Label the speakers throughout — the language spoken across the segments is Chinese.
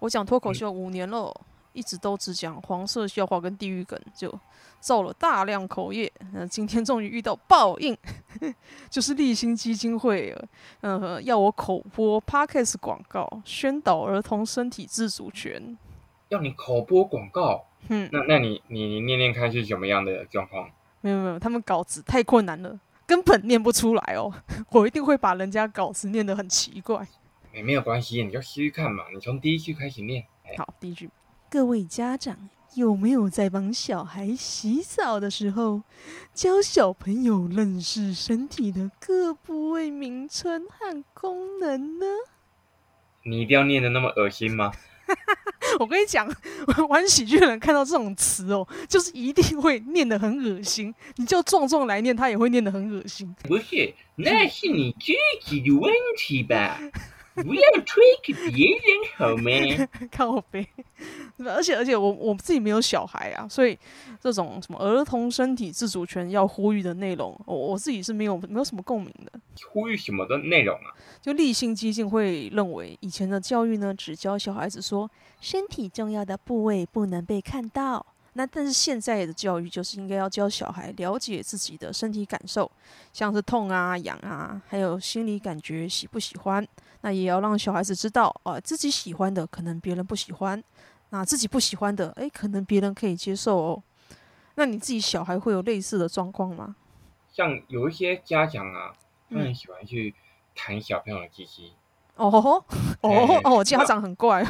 Speaker 1: 我讲脱口秀啊五年了，一直都只讲黄色笑话跟地狱梗，就造了大量口业。嗯、今天终于遇到报应， 就是立新基金会，嗯、呃，要我口播 Podcast 广告，宣导儿童身体自主权。
Speaker 2: 要你口播广告，
Speaker 1: 嗯，
Speaker 2: 那那你你你念念看是什么样的状况？
Speaker 1: 没有没有，他们稿子太困难了，根本念不出来哦。 我一定会把人家稿子念得很奇怪。
Speaker 2: 哎没没有关系，你就试试看嘛，你从第一句开始念。哎
Speaker 1: 好，第一句，各位家长有没有在帮小孩洗澡的时候，教小朋友认识身体的各部位名称和功能呢？
Speaker 2: 你一定要念的那么恶心吗？
Speaker 1: 我跟你讲，玩喜剧的人看到这种词哦，就是一定会念得很恶心。你叫壮壮来念，他也会念得很恶心。
Speaker 2: 不是，那是你自己的问题 吧？不要推给别人好吗？
Speaker 1: 靠背，而且而且我我自己没有小孩啊，所以这种什么儿童身体自主权要呼吁的内容，我我自己是没有没有什么共鸣的。
Speaker 2: 呼吁什么的内容啊？
Speaker 1: 就立信基金会认为，以前的教育呢，只教小孩子说身体重要的部位不能被看到。那但是现在的教育就是应该要教小孩了解自己的身体感受，像是痛啊、痒啊，还有心理感觉喜不喜欢。那也要让小孩子知道，啊、自己喜欢的可能别人不喜欢，那自己不喜欢的，诶，可能别人可以接受哦。那你自己小孩会有类似的状况吗？
Speaker 2: 像有一些家长啊，他
Speaker 1: 嗯
Speaker 2: 很喜欢去弹小朋友的鸡鸡。
Speaker 1: 哦吼哦
Speaker 2: 哎
Speaker 1: 哦，家长很怪，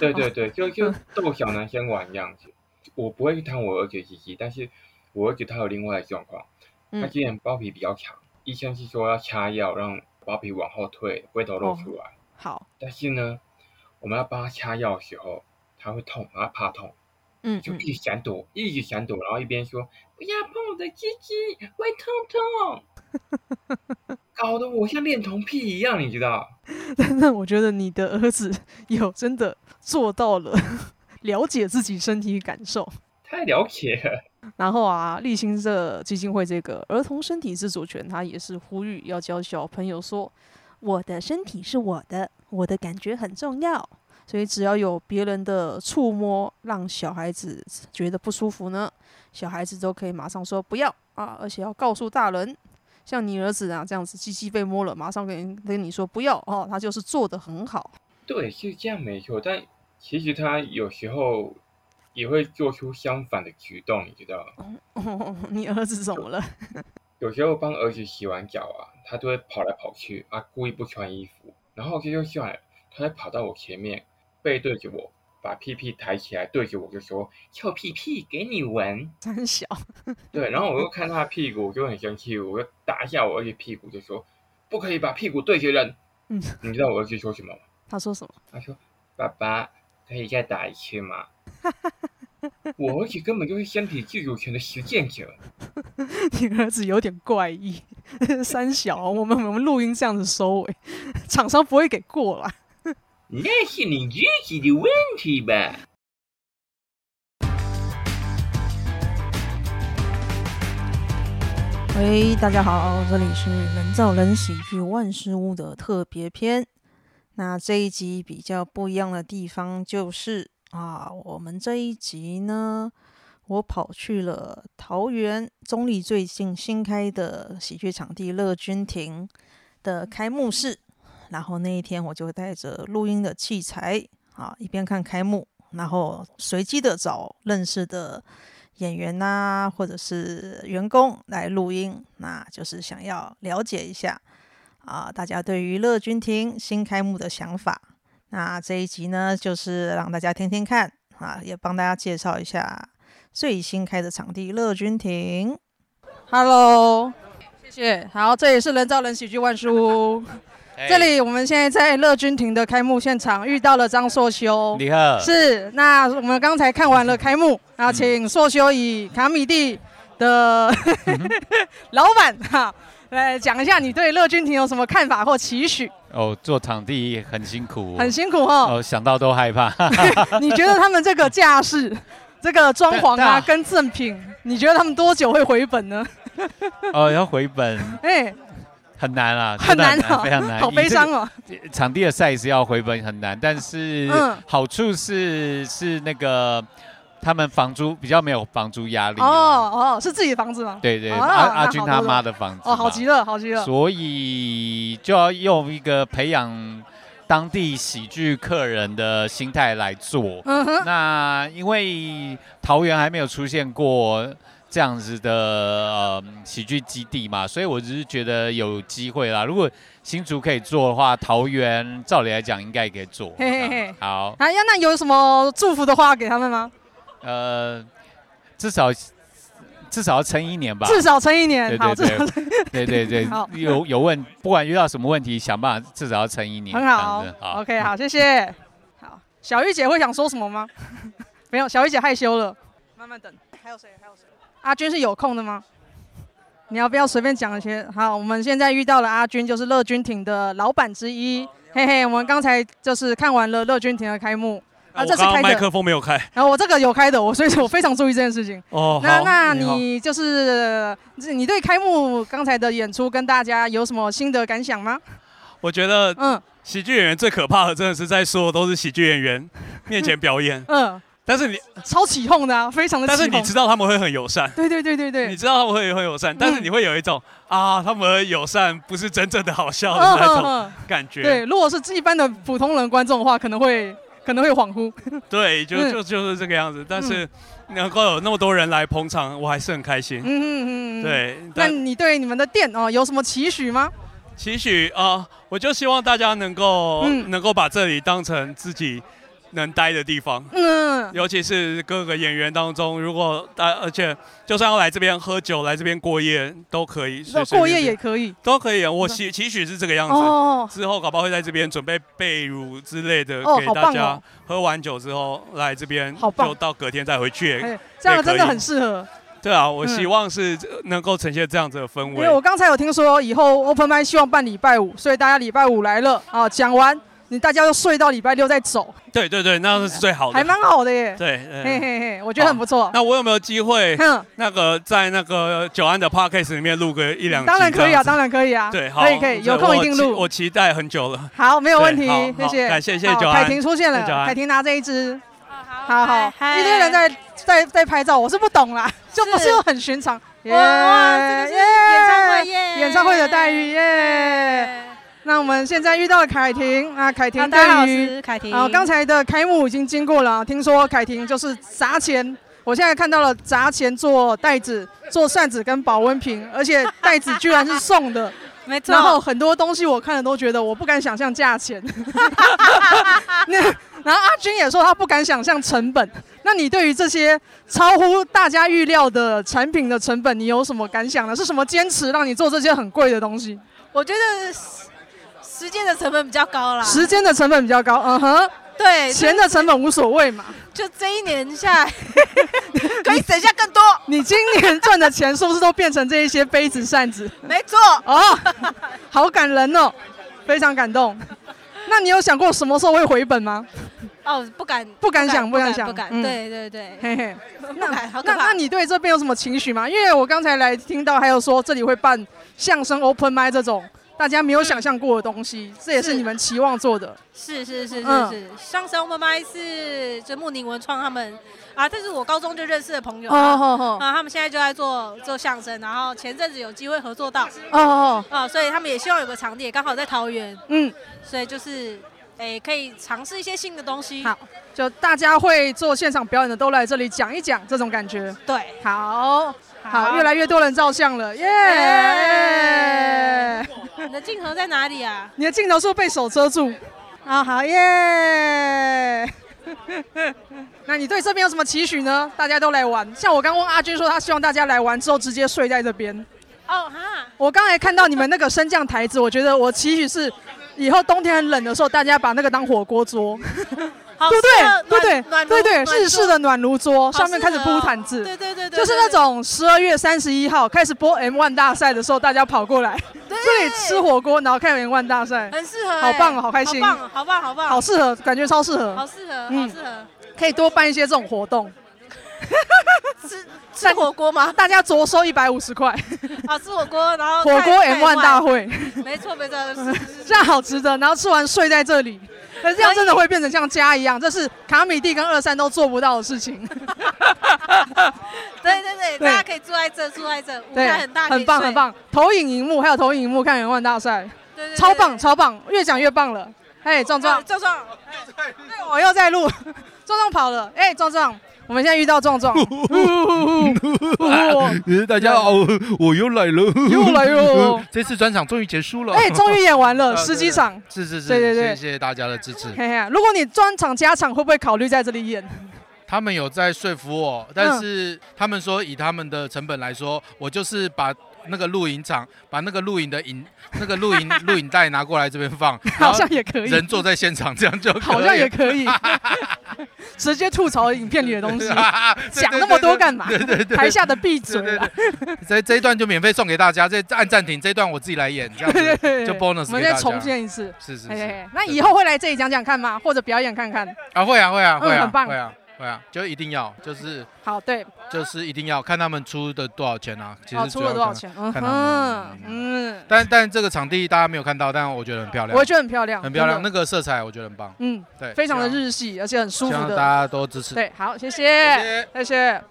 Speaker 2: 对对
Speaker 1: 哦
Speaker 2: 对，就就逗小男生玩这样子。我不会去弹我儿子的鸡鸡，但是我儿子他有另外的状况，他
Speaker 1: 嗯
Speaker 2: 之前包皮比较长，医生是说要掐药让包皮往后退，不会都露
Speaker 1: 哦
Speaker 2: 出来。
Speaker 1: 好，
Speaker 2: 但是呢，我们要帮他掐药的时候，他会痛，他怕痛，
Speaker 1: 嗯
Speaker 2: 就
Speaker 1: 嗯，
Speaker 2: 一直闪躲，一直闪躲，然后一边说不要碰我的鸡鸡，会痛痛，搞得我像恋童癖一样，你知道？
Speaker 1: 但但我觉得你的儿子有真的做到了 了解自己身体感受。
Speaker 2: 太了解了，
Speaker 1: 然后啊，立新社基金会这个儿童身体自主权，它也是呼吁要教小朋友说，我的身体是我的，我的感觉很重要。所以只要有别人的触摸让小孩子觉得不舒服呢，小孩子都可以马上说不要啊，而且要告诉大人。像你儿子啊这样子，鸡鸡被摸了，马上跟跟你说不要哦，他就是做的很好。
Speaker 2: 对，是这样没错。但其实他有时候也会做出相反的举动，你知道？吗？
Speaker 1: 哦你儿子怎么了？
Speaker 2: 有时候帮儿子洗完脚啊，他就会跑来跑去啊，故意不穿衣服，然后这就算了，他会跑到我前面，背对着我，把屁屁抬起来对着我就说臭屁屁给你闻，
Speaker 1: 三小，
Speaker 2: 对，然后我又看他屁股，我就很生气，我就打一下我儿子屁股，就说不可以把屁股对着人。
Speaker 1: 嗯，
Speaker 2: 你知道我儿子说什么吗？
Speaker 1: 他说什么？
Speaker 2: 他说爸爸可以再打一次吗？我儿子根本就是身体自主权的实践者。
Speaker 1: 你儿子有点怪异， 三小，我们我们录音这样子收尾，厂商不会给过啦。
Speaker 2: 那是你自己的问题吧。
Speaker 1: 喂，大家好，这里是人造人喜剧万事屋的特别篇。那这一集比较不一样的地方就是啊，我们这一集呢，我跑去了桃园中立最近新开的喜剧场地乐君亭的开幕式，然后那一天我就带着录音的器材啊，一边看开幕，然后随机的找认识的演员呐、或者是员工来录音，那就是想要了解一下啊，大家对于乐君亭新开幕的想法。那这一集呢，就是让大家听听看啊，也帮大家介绍一下最新开的场地乐君亭。Hello，谢谢。好，这里是人造人喜剧万事屋。
Speaker 3: 哎
Speaker 4: 这里我们现在在乐君亭的开幕现场遇到了张硕修，
Speaker 3: 你好，嗯
Speaker 4: 是。那我们刚才看完了开幕，啊，请硕修以卡米蒂的
Speaker 3: 嗯
Speaker 4: 老板哈、来讲一下你对乐君亭有什么看法或期 许？
Speaker 3: 哦，做场地很辛苦，
Speaker 4: 很辛苦哦，
Speaker 3: 哦，想到都害怕。
Speaker 4: 你觉得他们这个架势、这个装潢啊
Speaker 3: 但
Speaker 4: 跟赠品，你觉得他们多久会回本呢？
Speaker 3: 哦，要回本
Speaker 4: 哎、
Speaker 3: 很难 啊，
Speaker 4: 很
Speaker 3: 真的
Speaker 4: 难哦，
Speaker 3: 非常难，
Speaker 4: 好悲伤哦。
Speaker 3: 以这个。场地的 size 要回本很难，但是
Speaker 4: 嗯
Speaker 3: 好处是是那个他们房租比较没有房租压力。哦，
Speaker 4: 哦哦，是自己的房子吗？
Speaker 3: 对对，
Speaker 4: 哦
Speaker 3: 阿
Speaker 4: 那
Speaker 3: 阿军
Speaker 4: 好
Speaker 3: 他
Speaker 4: 多了
Speaker 3: 妈的房子
Speaker 4: 哦，好
Speaker 3: 嘛
Speaker 4: 极了，好极了。
Speaker 3: 所以就要用一个培养当地喜剧客人的心态来做。
Speaker 4: 嗯哼，
Speaker 3: 那因为桃园还没有出现过这样子的呃喜剧基地嘛，所以我只是觉得有机会啦。如果新竹可以做的话，桃园照理来讲应该也可以做。
Speaker 4: 嘿嘿嘿
Speaker 3: 好，
Speaker 4: 哎呀，那有什么祝福的话给他们吗？
Speaker 3: 呃，至少至少要撑一年吧。
Speaker 4: 至少撑一年，
Speaker 3: 对
Speaker 4: 好，
Speaker 3: 对
Speaker 4: 至少
Speaker 3: 对对对
Speaker 4: 好
Speaker 3: 对，有有问，不管遇到什么问题，想办法至少要撑一年。
Speaker 4: 很
Speaker 3: 这样
Speaker 4: 好
Speaker 3: 子。
Speaker 4: OK，好，谢谢。好，小玉姐会想说什么吗？ 没有，小玉姐害羞了，慢慢等。还有谁？还有谁？阿军是有空的吗？你要不要随便讲一些？好，我们现在遇到了阿军，就是乐君亭的老板之一。嘿嘿，我们刚才就是看完了乐君亭的开幕，啊
Speaker 5: 我
Speaker 4: 这是
Speaker 5: 刚刚
Speaker 4: 开的
Speaker 5: 麦克风没有开
Speaker 4: 然后我这个有开的，我所以我非常注意这件事情。
Speaker 5: 哦。
Speaker 4: 那
Speaker 5: 好
Speaker 4: 那
Speaker 5: 好
Speaker 4: 你就是你对开幕刚才的演出跟大家有什么新的感想吗？
Speaker 5: 我觉得
Speaker 4: 嗯，
Speaker 5: 喜剧演员最可怕的，真的是在所有都是喜剧演员面前表演
Speaker 4: 嗯，
Speaker 5: 但是你
Speaker 4: 超起哄的啊，非常的起
Speaker 5: 但
Speaker 4: 哄。
Speaker 5: 是你知道他们会很友善，
Speaker 4: 对对对对
Speaker 5: 你
Speaker 4: 对，
Speaker 5: 知道他们会很友善，但是
Speaker 4: 嗯
Speaker 5: 你会有一种啊，他们友善不是真正的好笑的
Speaker 4: 嗯
Speaker 5: 那种
Speaker 4: 嗯嗯
Speaker 5: 感觉。
Speaker 4: 对，如果是一般的普通人观众的话，可能会可能会恍 惚。
Speaker 5: 对，就
Speaker 4: 嗯
Speaker 5: 就就是这个样子。但是能够有那么多人来捧场，我还是很开心。
Speaker 4: 嗯嗯嗯。。
Speaker 5: 对，
Speaker 4: 那
Speaker 5: 但
Speaker 4: 你对你们的店哦有什么期许吗？
Speaker 5: 期许啊、我就希望大家能够、
Speaker 4: 嗯
Speaker 5: 能够把这里当成自己能待的地方。
Speaker 4: 嗯，
Speaker 5: 尤其是各个演员当中，如果大而且就算要来这边喝酒、来这边过夜都可以，随随
Speaker 4: 过夜
Speaker 5: 便便
Speaker 4: 也可以。
Speaker 5: 都可以啊。我期期许是这个样子，
Speaker 4: 哦，
Speaker 5: 之后搞不好会在这边准备被褥之类的、
Speaker 4: 哦
Speaker 5: 给
Speaker 4: 好
Speaker 5: 大
Speaker 4: 棒
Speaker 5: 家
Speaker 4: 哦。
Speaker 5: 喝完酒之后来这边，
Speaker 4: 好棒
Speaker 5: 就到隔天再回去也。
Speaker 4: 哎，这样真的
Speaker 5: 也可以
Speaker 4: 很适合，
Speaker 5: 对啊，我
Speaker 4: 嗯
Speaker 5: 希望是呃能够呈现这样子的氛
Speaker 4: 因为我
Speaker 5: 围。
Speaker 4: 刚才有听说以后 open m i 希望办礼拜五，所以大家礼拜五来了啊，讲完你大家就睡到礼拜六再走，
Speaker 5: 对对对，那是最好的。
Speaker 4: 还蛮好的耶。
Speaker 5: 对，嗯对
Speaker 4: 嘿嘿嘿，我觉得很不错。
Speaker 5: 那我有没有机会
Speaker 4: 哼，
Speaker 5: 那个在那个久安的 podcast 里面录个一两集这样子？
Speaker 4: 当然可以啊，当然可以啊。
Speaker 5: 对，好，
Speaker 4: 可以可以，有空一定
Speaker 5: 我期
Speaker 4: 录
Speaker 5: 我。期待很久了。
Speaker 4: 好，没有问题
Speaker 5: 对好，
Speaker 4: 谢谢。
Speaker 5: 好感谢谢谢
Speaker 4: 好
Speaker 5: 九安
Speaker 4: 凯婷出现
Speaker 5: 谢谢九
Speaker 4: 了，
Speaker 5: 安
Speaker 4: 凯婷拿这一支，好
Speaker 6: 哦好
Speaker 4: 好，一堆人。在在在拍照，我是不懂啦，就不是很寻常。耶
Speaker 6: 哇哇，这个是演唱会耶！
Speaker 4: 演唱会的待遇耶！
Speaker 6: 耶。
Speaker 4: 那我们现在遇到了凯婷啊，凯
Speaker 6: 好
Speaker 4: 婷
Speaker 6: 大家好，我
Speaker 4: 对于
Speaker 6: 是凯婷。
Speaker 4: 啊，刚才的开幕已经经过了，听说凯婷就是砸钱。我现在看到了砸钱做袋子、做扇子跟保温瓶，而且袋子居然是送的。
Speaker 6: 没错，
Speaker 4: 然后很多东西我看了都觉得我不敢想象价钱。 那然后阿军也说他不敢想象成本。那你对于这些超乎大家预料的产品的成本，你有什么感想呢？是什么坚持让你做这些很贵的东西？
Speaker 6: 我觉得时时间的成本比较高啦。
Speaker 4: 时间的成本比较高，嗯哼，
Speaker 6: 对，
Speaker 4: 钱的成本无所谓嘛。
Speaker 6: 就这一年下来 可以省下更多。
Speaker 4: 你今年赚的钱是不是都变成这一些杯子、扇子？
Speaker 6: 没错，
Speaker 4: 哦，好感人哦，非常感动。那你有想过什么时候会回本吗？
Speaker 6: 哦，不敢，
Speaker 4: 不敢想
Speaker 6: 不
Speaker 4: 不敢
Speaker 6: 敢
Speaker 4: 想
Speaker 6: 不敢。
Speaker 4: 嗯
Speaker 6: 对对对，
Speaker 4: 嘿 嘿，
Speaker 6: 不敢，好
Speaker 4: 那
Speaker 6: 可
Speaker 4: 那
Speaker 6: 怕。
Speaker 4: 你对这边有什么情绪吗？因为我刚才来听到还有说这里会办相声 open m i 这种大家没有想象过的东西，这也是
Speaker 6: 是
Speaker 4: 你们期望做的。
Speaker 6: 是是是是
Speaker 4: 嗯
Speaker 6: 是，上次我们麦是就穆宁文创他们啊，这是我高中就认识的朋友
Speaker 4: 哦
Speaker 6: 啊，
Speaker 4: 哦
Speaker 6: 啊他们现在就在做做相声，然后前阵子有机会合作到
Speaker 4: 哦哦，
Speaker 6: 啊，所以他们也希望有个场地，也刚好在桃园，
Speaker 4: 嗯，
Speaker 6: 所以就是诶、可以尝试一些新的东西。
Speaker 4: 好就大家会做现场表演的都来这里讲一讲，这种感觉。
Speaker 6: 对，
Speaker 4: 好好，越来越多人照相了，耶、
Speaker 6: 耶你的镜头在哪里 啊？
Speaker 4: 你的镜头是不是被手遮住，
Speaker 6: 啊、好耶！
Speaker 4: 耶、那你对这边有什么期许呢？大家都来玩，像我刚问阿军说，他希望大家来玩之后直接睡在这边。
Speaker 6: 哦哈，
Speaker 4: 我刚才看到你们那个升降台子，我觉得我期许是以后冬天很冷的时候，大家把那个当火锅桌，
Speaker 6: 好
Speaker 4: 对不对？对
Speaker 6: 适合暖
Speaker 4: 对对对，
Speaker 6: 暖
Speaker 4: 日式的暖炉桌
Speaker 6: 好
Speaker 4: 上面开始
Speaker 6: 适合
Speaker 4: 铺
Speaker 6: 哦
Speaker 4: 毯子，
Speaker 6: 对对对对，
Speaker 4: 就是
Speaker 6: 对
Speaker 4: 那种十二月三十一号开始播 M One 大赛的时候，大家跑过来
Speaker 6: 对
Speaker 4: 这里吃火锅，然后看 M One 大赛，
Speaker 6: 很适合欸，
Speaker 4: 好棒哦好开心
Speaker 6: 好棒，好棒，好棒，
Speaker 4: 好适合，感觉超适合
Speaker 6: 好，适合，好
Speaker 4: 嗯
Speaker 6: 适合
Speaker 4: 可以多办一些这种活动。
Speaker 6: 吃吃火锅吗？
Speaker 4: 大家着收一百五十块，
Speaker 6: 好吃火锅，然后
Speaker 4: 火锅
Speaker 6: 带
Speaker 4: M One 大，会，
Speaker 6: 带没错没 错，是是是
Speaker 4: 这样好值得。然后吃完睡在这里，可是这样真的会变成像家一样，这是卡米蒂跟二三都做不到的 事情。
Speaker 6: 对对对，
Speaker 4: 对
Speaker 6: 大家可以住在这，住在这，舞
Speaker 4: 对
Speaker 6: 台很大，，可以
Speaker 4: 很棒
Speaker 6: 睡
Speaker 4: 很，棒，投影荧幕还有投影荧幕看 M One 大赛，
Speaker 6: 对对，对
Speaker 4: 超棒，超棒，越讲越棒了。哎，壮壮
Speaker 6: 对，壮哎壮，
Speaker 4: 对我又在录，壮壮跑了。哎、壮壮，我们现在遇到 壮壮，
Speaker 7: 大家好，我又来了，
Speaker 4: 哦又来哟
Speaker 7: 这次专场终于结束了，
Speaker 4: 哎、终于演完了，
Speaker 7: 啊
Speaker 4: 十几场。
Speaker 7: 是是是，
Speaker 4: 对对对
Speaker 7: 谢谢大家的支持。
Speaker 4: 嘿嘿啊，如果你专场加场，会不会考虑在这里演？
Speaker 7: 他们有在说服我，
Speaker 4: 嗯
Speaker 7: 但是他们说以他们的成本来说，我就是把那个露营场，把那个露营的影， 那个露营 录影带拿过来这边放，然
Speaker 4: 好
Speaker 7: 后
Speaker 4: 像也可以，
Speaker 7: 人坐在现场，这样就可以
Speaker 4: 好像也可以，直接吐槽影片里的东 西，讲那么多干嘛？
Speaker 7: 对对对，
Speaker 4: 台下的闭嘴啊
Speaker 7: 对对
Speaker 4: 了。
Speaker 7: 对，这这一段就免费送给大家，这按暂停，这一段我自己来演，这样
Speaker 4: 对对
Speaker 7: 子
Speaker 4: 对，
Speaker 7: 就 bonus
Speaker 4: 我们
Speaker 7: 给
Speaker 4: 再
Speaker 7: 大家
Speaker 4: 重现一次。
Speaker 7: 是是
Speaker 4: 嘿嘿
Speaker 7: 是
Speaker 4: 嘿，那以后会来这里讲讲看吗？或者表演看看？
Speaker 7: 啊，会啊会啊
Speaker 4: 嗯
Speaker 7: 会啊，
Speaker 4: 很棒
Speaker 7: 会啊会啊，就一定要就是。
Speaker 4: 好，对，
Speaker 7: 就是一定要看他们出的多少钱啊，其
Speaker 4: 好，
Speaker 7: 实
Speaker 4: 哦出
Speaker 7: 主要
Speaker 4: 了多少
Speaker 7: 看？
Speaker 4: 钱？嗯
Speaker 7: 看他
Speaker 4: 哼，嗯，
Speaker 7: 但但这个场地大家没有看到，但我觉得很漂亮，
Speaker 4: 我觉得很漂亮，
Speaker 7: 很漂亮，
Speaker 4: 真的
Speaker 7: 那个色彩我觉得很棒，
Speaker 4: 嗯，
Speaker 7: 对，
Speaker 4: 非常的
Speaker 7: 希望
Speaker 4: 日系，而且很舒
Speaker 7: 希
Speaker 4: 服
Speaker 7: 望大
Speaker 4: 的。
Speaker 7: 家多支持。
Speaker 4: 对，好，谢
Speaker 7: 谢
Speaker 4: 谢，
Speaker 7: 谢
Speaker 4: 谢谢。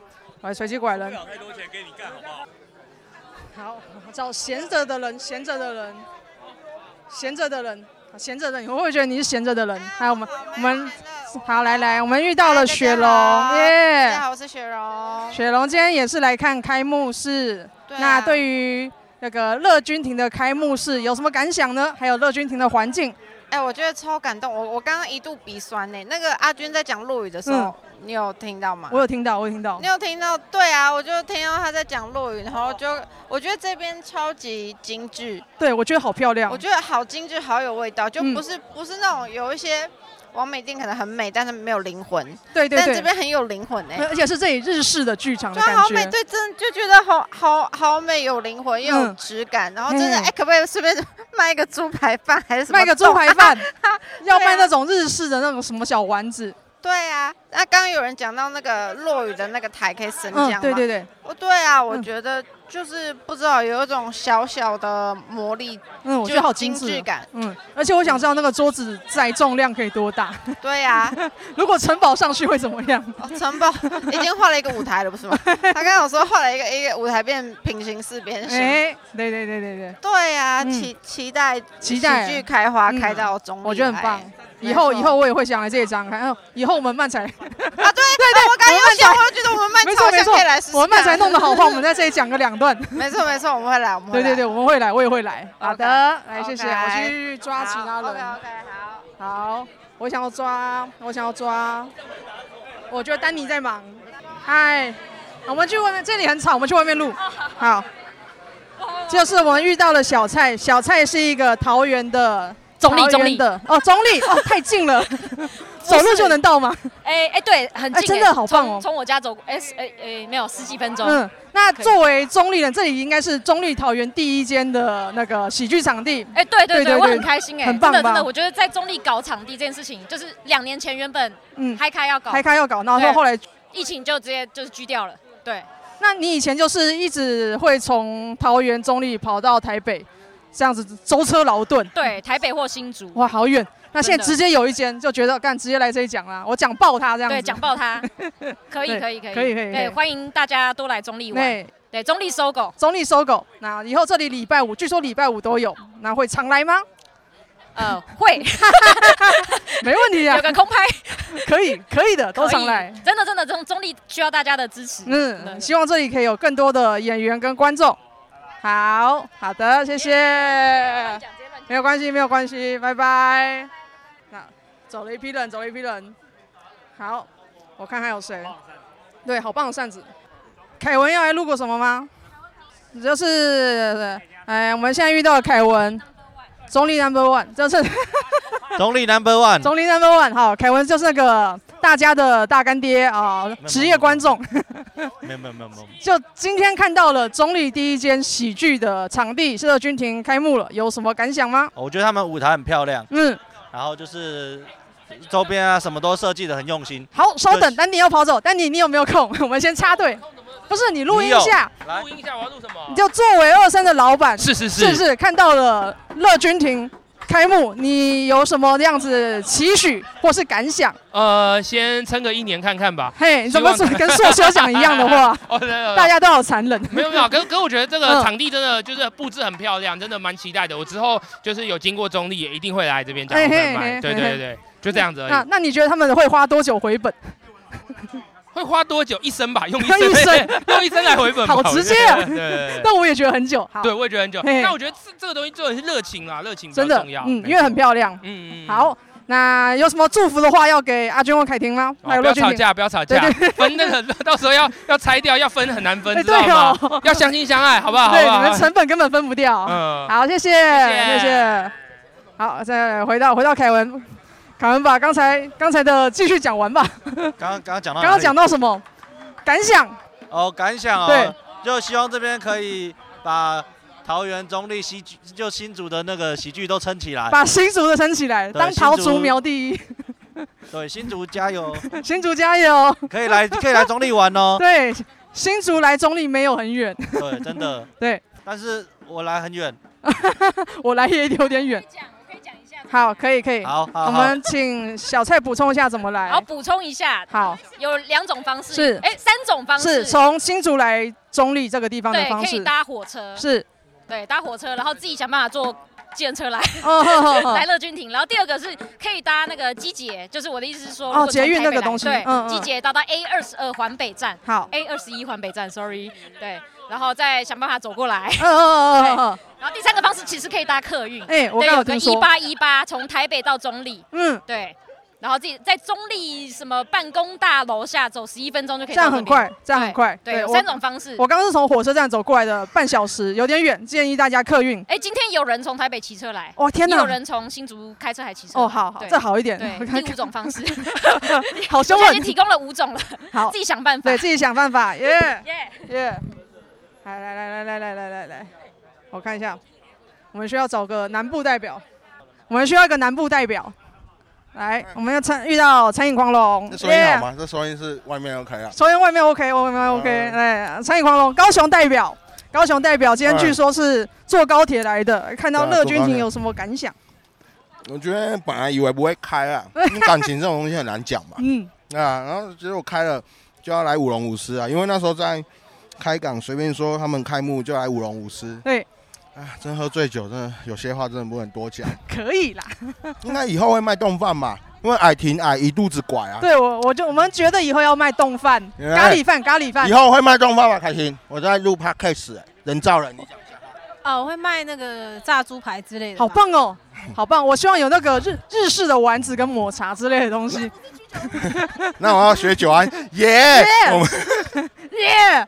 Speaker 4: 来，随机拐人。
Speaker 5: 太多钱给你干好不好？
Speaker 4: 好，找闲着的人，闲着的人，闲着的人，闲着的人，我会觉得你是闲着的人。还有我们，我们好，来来，我们遇到了雪龙，
Speaker 8: 大
Speaker 4: 耶
Speaker 8: 家！好，我是雪荣。
Speaker 4: 雪龙今天也是来看开幕式。
Speaker 8: 对啊
Speaker 4: 那对于那个乐君亭的开幕式有什么感想呢？还有乐君亭的环境，
Speaker 8: 哎、我觉得超感动，我我刚刚一度鼻酸呢、那个阿军在讲落雨的时候，你有听到吗？
Speaker 4: 嗯我有听到，我有听到
Speaker 8: 你。有听到？对啊，我就听到他在讲落雨，然后就我觉得这边超级精致，
Speaker 4: 对，我觉得好漂亮
Speaker 8: 我。觉得好精致，好有味道，就
Speaker 4: 嗯
Speaker 8: 不是、不是那种有一些完美店可能很美，但是没有灵魂，
Speaker 4: 对对
Speaker 8: 但
Speaker 4: 对
Speaker 8: 这。边很有灵魂呢、
Speaker 4: 对而且是这里日式的剧场的
Speaker 8: 就
Speaker 4: 感
Speaker 8: 好美，
Speaker 4: 觉。
Speaker 8: 对，真的就觉得好好好美，有灵魂又有
Speaker 4: 嗯
Speaker 8: 质感，然后真的
Speaker 4: 嘿
Speaker 8: 哎、 可不可以随便卖一个猪排饭还是什么？
Speaker 4: 卖个猪排饭，要
Speaker 8: 对啊
Speaker 4: 卖那种日式的那种什么小丸子，
Speaker 8: 对啊，那刚刚有人讲到那个落雨的那个台可以升降
Speaker 4: 嗯，
Speaker 8: 吗？
Speaker 4: 对对对，
Speaker 8: 哦，对啊，我
Speaker 4: 嗯
Speaker 8: 觉得就是不知道有一种小小的魔力，
Speaker 4: 嗯，我觉得
Speaker 8: 就
Speaker 4: 好精
Speaker 8: 精
Speaker 4: 致
Speaker 8: 致
Speaker 4: 哦，
Speaker 8: 感。
Speaker 4: 嗯，而且我想知道那个桌子载重量可以多大，
Speaker 8: 对啊，
Speaker 4: 如果城堡上去会怎么样？
Speaker 8: 哦城堡已经换了一个舞台了，不是吗？他刚刚有说换了一个一个舞台变平行四边形。
Speaker 4: 哎，对对对对对，
Speaker 8: 对啊，
Speaker 4: 嗯
Speaker 8: 期期待
Speaker 4: 期待
Speaker 8: 喜剧 开啊花
Speaker 4: 嗯
Speaker 8: 开到中、
Speaker 4: 我觉得很棒。以后以后我也会想来这一张看，哎呦以后我们漫才，
Speaker 8: 啊，对对对，我刚刚有想，我就觉得我们慢
Speaker 4: 没
Speaker 8: 超
Speaker 4: 错没
Speaker 8: 像
Speaker 4: 错
Speaker 8: 可以来试，试
Speaker 4: 我们漫才
Speaker 8: 看
Speaker 4: 弄得好话，我们在这里讲个两段，
Speaker 8: 没错没错，我们会来，我们会
Speaker 4: 对对
Speaker 8: 来。
Speaker 4: 对，我们会来，我也会来。好的，来谢
Speaker 8: OK
Speaker 4: 谢，我去抓其他人。
Speaker 8: OK OK 好。
Speaker 4: 好，我想要抓，我想要抓。我觉得丹尼在忙。嗨，哎我们去外面，这里很吵，我们去外 面录。好，就是我们遇到了小蔡，小蔡是一个桃园的
Speaker 9: 中立
Speaker 4: 桃园
Speaker 9: 中立
Speaker 4: 的哦，中立哦，太近 了，走路就能到吗？
Speaker 9: 哎哎，对，很
Speaker 4: 哎
Speaker 9: 近
Speaker 4: 真
Speaker 9: 哎，
Speaker 4: 的好棒哦
Speaker 9: 从从我家走，哎是哎哎，没有十几分钟。
Speaker 4: 嗯，那
Speaker 9: 可以
Speaker 4: 作为中立人，这里应该是中立桃园第一间的那个喜剧场地。
Speaker 9: 哎，对
Speaker 4: 对对
Speaker 9: 对对，我
Speaker 4: 对
Speaker 9: 很开心哎，
Speaker 4: 很棒
Speaker 9: 真的真
Speaker 4: 吧
Speaker 9: 的，我觉得在中立搞场地这件事情，就是两年前原本
Speaker 4: 嗯，
Speaker 9: 嗨开要搞，
Speaker 4: 开开要搞，然后
Speaker 9: 对
Speaker 4: 后来，
Speaker 9: 疫情就直接就是居掉了。对，
Speaker 4: 那你以前就是一直会从桃园中立跑到台北，这样子舟车劳顿。
Speaker 9: 对，台北或新竹，
Speaker 4: 哇，好远。那现在
Speaker 9: 真
Speaker 4: 直
Speaker 9: 的
Speaker 4: 接有一间，就觉得干，直接来这里讲啦，我讲爆 他这样子。
Speaker 9: 对，讲 爆它，可以
Speaker 4: 对
Speaker 9: 可以可
Speaker 4: 可以
Speaker 9: 以
Speaker 4: 可以可以
Speaker 9: 对，欢迎大家多来中立玩，
Speaker 4: 对，
Speaker 9: 对，中立搜狗，
Speaker 4: 中立搜狗。那以后这里礼拜五，据说礼拜五都有，那会常来吗？
Speaker 9: 呃， 会
Speaker 4: 没问题啊
Speaker 9: 有，个空拍，
Speaker 4: 可以可以的，都
Speaker 9: 可以
Speaker 4: 常来。
Speaker 9: 真的真的中中立需要大家的支持。真的
Speaker 4: 嗯，希望这里可以有更多的演员跟观众。好好的，谢谢。
Speaker 9: 讲直接乱讲
Speaker 4: 没有关系，没有关系，拜拜。那走了一批人，走了一批人。好，我看还有谁？对，好棒的扇子。凯文要来录过呃什么吗？就是，哎，我们现在遇到了凯文，总理 number one，就是
Speaker 10: 总理 Number One，
Speaker 4: 总理 number one。好，凯文就是那个大家的大干爹啊，职业观众。
Speaker 10: 没有没有没有没有，
Speaker 4: 就今天看到了总理第一间喜剧的场地是乐君亭开幕了，有什么感想吗？
Speaker 10: 哦我觉得他们舞台很漂亮，
Speaker 4: 嗯，
Speaker 10: 然后就是周边啊什么都设计的很用心。
Speaker 4: 好，稍等，丹尼要跑走，丹尼你有没有空？ 我们先插队。不是你录音一下，
Speaker 10: 来，
Speaker 4: 你就作为二三的老板，
Speaker 10: 是是是
Speaker 4: 是是，看到了乐君亭开幕，你有什么样子期许或是感想？
Speaker 11: 呃，先撑个一年看看吧。
Speaker 4: 嘿你怎么
Speaker 11: 希望
Speaker 4: 跟硕修讲一样的话
Speaker 11: 哦，对对对
Speaker 4: 大家都好残忍。
Speaker 11: 没有没有， 可可我觉得这个
Speaker 4: 嗯
Speaker 11: 场地真的就是布置很漂亮，真的蛮期待的。我之后就是有经过中立，也一定会来这边讲
Speaker 4: 哎
Speaker 11: 分
Speaker 4: 嘿
Speaker 11: 卖。
Speaker 4: 嘿
Speaker 11: 对
Speaker 4: 嘿
Speaker 11: 对对对，就这样子而
Speaker 4: 那
Speaker 11: 已。
Speaker 4: 那你觉得他们会花多久回本？
Speaker 11: 会花多久？一生吧，用一生，
Speaker 4: 一生
Speaker 11: 用一生来回本 吧。
Speaker 4: 好
Speaker 11: 我
Speaker 4: 直
Speaker 11: 觉
Speaker 4: 接
Speaker 11: 得
Speaker 4: 啊。
Speaker 11: 对 对
Speaker 4: 那我也觉得很久。好
Speaker 11: 对，对，我也觉得很久。
Speaker 4: 嘿
Speaker 11: 但我觉得这这个东西做的是热情啦，热情比较
Speaker 4: 真的
Speaker 11: 重要。，
Speaker 4: 嗯，因为很漂亮。
Speaker 11: 嗯
Speaker 4: 好，那有什么祝福的话要给阿娟或凯婷吗？
Speaker 11: 哦
Speaker 4: 还有
Speaker 11: 不
Speaker 4: 乐
Speaker 11: 要
Speaker 4: 君
Speaker 11: 吵
Speaker 4: 婷。
Speaker 11: 架，不要吵架， 分那个到时候要要拆掉，要分很难分，
Speaker 4: 哎
Speaker 11: 知道
Speaker 4: 对
Speaker 11: 吗
Speaker 4: 哦？
Speaker 11: 要相亲相爱，好不好？好
Speaker 4: 对，
Speaker 11: 不好
Speaker 4: 你们成本根本分不掉。
Speaker 11: 嗯
Speaker 4: 好，谢谢，谢谢。好，再回到回到凯文，凯文把刚才刚才的继续讲完吧。
Speaker 10: 刚刚刚讲到
Speaker 4: 刚
Speaker 10: 哪里
Speaker 4: 刚讲到什么？感想。
Speaker 10: 哦，感想哦，
Speaker 4: 对，
Speaker 10: 就希望这边可以把桃园中立喜剧，就新竹的那个喜剧都撑起来，
Speaker 4: 把新竹的撑起来，
Speaker 10: 啊对
Speaker 4: 当桃
Speaker 10: 新
Speaker 4: 竹
Speaker 10: 竹
Speaker 4: 苗第一，
Speaker 10: 对新竹加油，
Speaker 4: 新竹加油！
Speaker 10: 可以来可以来中立玩哦，
Speaker 4: 对，新竹来中立没有很远，
Speaker 10: 对，真的，
Speaker 4: 对，
Speaker 10: 但是我来很远，
Speaker 4: 我来也有点远。好，可以可以。
Speaker 10: 好好
Speaker 4: 我们请小蔡补充一下怎么来
Speaker 9: 然后。补充一下，
Speaker 4: 好，
Speaker 9: 有两种方式，
Speaker 4: 是
Speaker 9: 哎，三种方式，
Speaker 4: 是从新竹来中立这个地方的
Speaker 9: 对，
Speaker 4: 方
Speaker 9: 可以
Speaker 4: 式。
Speaker 9: 搭火车，
Speaker 4: 是，
Speaker 9: 对，搭火车，然后自己想办法坐。计程车来
Speaker 4: 哦呵呵，呵
Speaker 9: 来乐君亭。然后第二个是可以搭那个机捷，就是我的意思是
Speaker 4: 哦
Speaker 9: 说，如果从
Speaker 4: 捷运
Speaker 9: 台北
Speaker 4: 那个
Speaker 9: 来
Speaker 4: 东西
Speaker 9: 对
Speaker 4: 嗯，嗯
Speaker 9: 机捷到到 A 二十二环北站，
Speaker 4: 好
Speaker 9: ，A 二十一环北站，sorry，对，然后再想办法走过来。
Speaker 4: 嗯嗯嗯嗯嗯
Speaker 9: 对然后第三个方式其实可以搭客运，
Speaker 4: 哎我刚
Speaker 9: 对
Speaker 4: 有
Speaker 9: 有个
Speaker 4: 听说
Speaker 9: 一八一八从台北到中立，
Speaker 4: 嗯，
Speaker 9: 对，然后自己在中立什么办公大楼下走十一分钟就可
Speaker 4: 这
Speaker 9: 以到
Speaker 4: 样
Speaker 9: 这
Speaker 4: 很
Speaker 9: 边。
Speaker 4: 快，这样很快。
Speaker 9: 对，有
Speaker 4: 我
Speaker 9: 三种方式。
Speaker 4: 我刚刚是从火车站走过来的，半小时有点远，建议大家客运。
Speaker 9: 哎，今天有人从台北骑车来，
Speaker 4: 哇哦天哪
Speaker 9: 也有人从新竹开车还骑车来。
Speaker 4: 哦好好
Speaker 9: 对
Speaker 4: 这好一点我
Speaker 9: 对，
Speaker 4: 看
Speaker 9: 第五种方式，
Speaker 4: 好凶
Speaker 9: 我
Speaker 4: 狠
Speaker 9: 已经提供了五种了，
Speaker 4: 好
Speaker 9: 自己想办法。
Speaker 4: 对自己想办法，耶
Speaker 9: 耶
Speaker 4: 耶！来来来来来来来来来，我看一下，我们需要找个南部代表，我们需要一个南部代表。
Speaker 10: 嗯
Speaker 4: 来，我们要参遇到餐饮狂龙，
Speaker 12: 这收音好
Speaker 4: 耶
Speaker 12: 吗？这收音是外面 OK 啊？
Speaker 4: 首先外面 OK，我们
Speaker 12: 嗯
Speaker 4: OK，来，餐饮狂龙，高雄代表，高雄代表，今天
Speaker 12: 哎
Speaker 4: 据说是坐高铁来的，看到
Speaker 12: 对啊
Speaker 4: 乐
Speaker 12: 坐
Speaker 4: 君
Speaker 12: 高
Speaker 4: 亭
Speaker 12: 铁
Speaker 4: 有什么感想？
Speaker 12: 我觉得本来以为不会开 啊，因为感情这种东西很难讲嘛。
Speaker 4: 嗯，
Speaker 12: 啊，然后结果开了就要来舞龙舞狮啊，因为那时候在开港随便说他们开幕就来舞龙舞狮。
Speaker 4: 对，
Speaker 12: 啊，真喝醉酒，真的有些话真的不能多讲。
Speaker 4: 可以啦，
Speaker 12: 应该以后会卖冻饭吧？因为矮婷矮一肚子拐啊。
Speaker 4: 对我，我就我们觉得以后要卖冻饭、
Speaker 12: 哎
Speaker 4: 咖喱饭、咖喱饭。
Speaker 12: 以后会卖冻饭吧，凯婷？我在录 podcast，、欸、人造人。
Speaker 6: 哦，我会卖那个炸猪排之类的吧。
Speaker 4: 好棒哦，好棒！我希望有那个日日式的丸子跟抹茶之类的东西。
Speaker 12: 那我要学 九安，耶、
Speaker 4: 耶
Speaker 12: 我们
Speaker 4: 耶！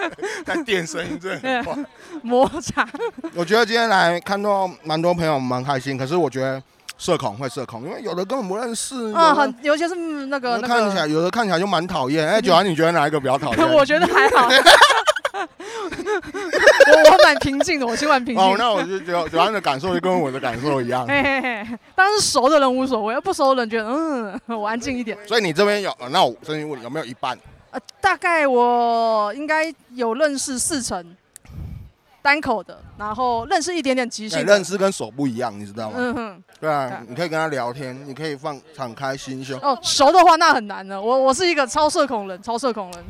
Speaker 12: 在电声音真的很快。
Speaker 4: 抹茶，
Speaker 12: 我觉得今天来看到蛮多朋友蛮开心，可是我觉得社恐会社恐，因为有的根本不认识，
Speaker 4: 嗯，
Speaker 12: 有的
Speaker 4: 很，尤其是嗯那个嗯
Speaker 12: 有的
Speaker 4: 那
Speaker 12: 看起
Speaker 4: 个，
Speaker 12: 来有的看起来就蛮讨厌。哎，九安，你觉得哪一个比较 讨厌？
Speaker 4: 我觉得还好。我我蛮平静的，我心蛮平静。
Speaker 12: 哦，那我就觉得九安的感受就跟我的感受一样。
Speaker 4: 嘿嘿嘿，当然是熟的人无所谓，不熟的人觉得嗯， 我安静一 点。
Speaker 12: 所以你这边有，呃那我真心问你有没有一半？
Speaker 4: 呃，大概我应该有认识四成单口的，然后认识一点点即兴
Speaker 12: 哎
Speaker 4: 的。
Speaker 12: 认识跟手不一样，你知道吗？
Speaker 4: 嗯哼。
Speaker 12: 对啊，你可以跟他聊天，你可以放敞开心胸。
Speaker 4: 哦，熟的话那很难了。我我是一个超社恐人，超社恐人。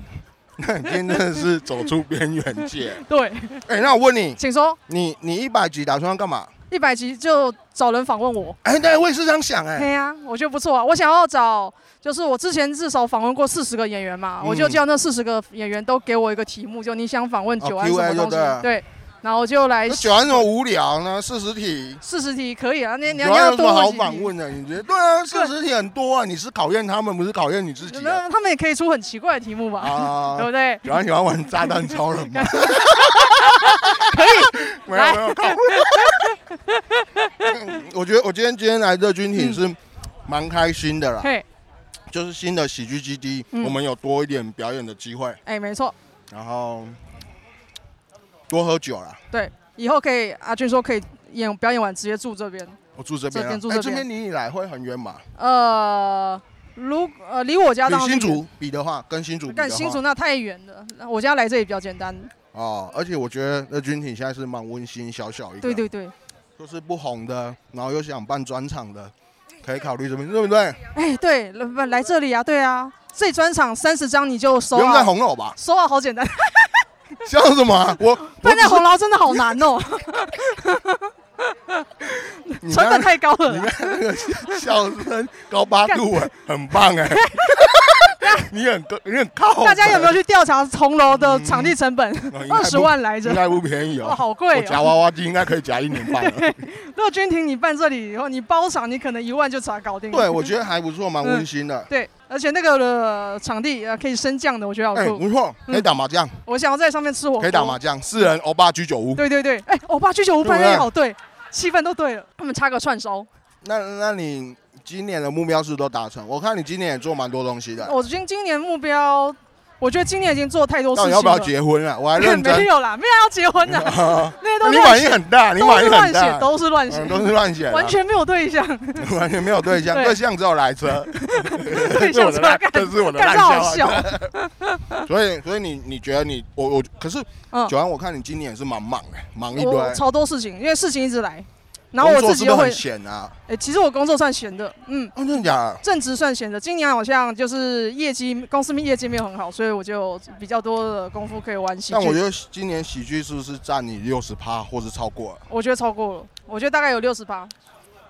Speaker 12: 那 你今天真的是走出边 缘界。
Speaker 4: 对，
Speaker 12: 哎，那我问你，
Speaker 4: 请说，
Speaker 12: 你你一百集打算要干嘛？
Speaker 4: 一百集就找人访问我。
Speaker 12: 哎，对，我也是这样想哎。
Speaker 4: 对呀、我觉得不错啊。我想要找，就是我之前至少访问过四十个演员嘛，
Speaker 12: 嗯
Speaker 4: 我就叫那四十个演员都给我一个题目，就你想访问
Speaker 12: 哦
Speaker 4: 九安什么
Speaker 12: Q&A 就
Speaker 4: 东西？
Speaker 12: 对了啊
Speaker 4: 对，然后就来
Speaker 12: 那九安怎么无聊呢？四十题，
Speaker 4: 四十题可以啊，那你
Speaker 12: 九
Speaker 4: 要
Speaker 12: 安有
Speaker 4: 要
Speaker 12: 什么
Speaker 4: 多
Speaker 12: 好
Speaker 4: 问几
Speaker 12: 反问的？你觉得对 啊，四十题很多啊，你是考验他们，不是考验你自己
Speaker 4: 题那他们也可以出很奇怪的题目吧，，
Speaker 12: 啊
Speaker 4: 对不对？
Speaker 12: 九安喜欢玩炸 弹超人吗？
Speaker 4: 可以，
Speaker 12: 没有没 有靠我觉得我今天今天来热军挺是蛮开心的啦，
Speaker 4: 嗯嘿，
Speaker 12: 就是新的喜剧基地，
Speaker 4: 嗯
Speaker 12: 我们有多一点表演的机会，
Speaker 4: 哎，没错，
Speaker 12: 然后多喝酒啦。
Speaker 4: 对，以后可以，阿俊说可以演表演完直接住这边，
Speaker 12: 我住这边啊，
Speaker 4: 这边住
Speaker 12: 哎
Speaker 4: 这
Speaker 12: 这
Speaker 4: 边
Speaker 12: 边你一来会很远嘛？
Speaker 4: 呃，如呃离我家
Speaker 12: 比
Speaker 4: 当然
Speaker 12: 新
Speaker 4: 不远
Speaker 12: 竹比的话，跟新竹比的
Speaker 4: 但
Speaker 12: 话，
Speaker 4: 新竹那太远了，那我家来这里比较简单。
Speaker 12: 哦，而且我觉得热军挺现在是蛮温馨，小小一个，
Speaker 4: 对对对，
Speaker 12: 就是不红的，然后又想办专场的，可以考虑这边，对不对？
Speaker 4: 哎，对，来来这里啊，对啊，这里专场三十张你就收
Speaker 12: 不用
Speaker 4: 好，
Speaker 12: 再红了吧？
Speaker 4: 收啊好好简单，
Speaker 12: 笑什么啊？我
Speaker 4: 办在红楼真的好难哦，
Speaker 12: 你
Speaker 4: 成本太高了
Speaker 12: 你看那个笑声高八度哎，很 棒哎。你很高，你很靠。啊嗯
Speaker 4: 大家有没有去调查红楼的场地成本？ 二十万来着
Speaker 12: 应，该不啊便宜哦。
Speaker 4: 哇好贵哦
Speaker 12: 我夹娃娃机应该可以夹一年 半了。
Speaker 4: 乐君亭你办这里以后，你包场你可能一万就查搞定了。
Speaker 12: 对，我觉得还不错，蛮温馨的。
Speaker 4: 嗯对，而且那个呃场地呃可以升降的，我觉得好
Speaker 12: 哎，
Speaker 4: 酷。嗯
Speaker 12: 不错，可以打麻将，
Speaker 4: 我想要在上面吃火锅，
Speaker 12: 可以打麻将，四人欧巴居酒屋。
Speaker 4: 哦对对对，哎，欧巴居酒屋
Speaker 12: 对不
Speaker 4: 办
Speaker 12: 对
Speaker 4: 的也好对，气氛都对了。他们插个串烧，
Speaker 12: 那那你今年的目标是不是都达成？我看你今年也做蛮多东西的。
Speaker 4: 我今今年目标，我觉得今年已经做太多事
Speaker 12: 到
Speaker 4: 情
Speaker 12: 底
Speaker 4: 了。
Speaker 12: 要不要结婚啊？我还认 真。
Speaker 4: 没有啦，没有要结婚的， 那些都
Speaker 12: 你
Speaker 4: 乱
Speaker 12: 反
Speaker 4: 写
Speaker 12: 应很大，你
Speaker 4: 都
Speaker 12: 反
Speaker 4: 是
Speaker 12: 应很
Speaker 4: 乱
Speaker 12: 大，
Speaker 4: 写，都是乱写，
Speaker 12: 嗯都是乱写啦，
Speaker 4: 完全没有对象。
Speaker 12: 完全没有对象，
Speaker 4: 对
Speaker 12: 对象只有 来车，
Speaker 4: 对
Speaker 12: 这是我
Speaker 4: 象出
Speaker 12: 的烂
Speaker 4: 来，
Speaker 12: 这是我的烂
Speaker 4: 干这好
Speaker 12: 笑
Speaker 4: 笑
Speaker 12: 话。。 所以，所以你你觉得你我我可是
Speaker 4: 嗯
Speaker 12: 九安，我看你今年也是蛮忙的，忙一堆，
Speaker 4: 我超多事情，因为事情一直来，然后我
Speaker 12: 工作
Speaker 4: 自己
Speaker 12: 是不
Speaker 4: 又
Speaker 12: 是
Speaker 4: 会
Speaker 12: 很，闲啊？
Speaker 4: 哎，其实我工作算闲的，嗯，
Speaker 12: 真的假的？
Speaker 4: 正职算闲的。今年好像就是业绩，公司业绩没有很好，所以我就比较多的功夫可以玩喜剧。
Speaker 12: 但我觉得今年喜剧是不是占你六十趴或是超过了？
Speaker 4: 我觉得超过了，我觉得大概有六十八，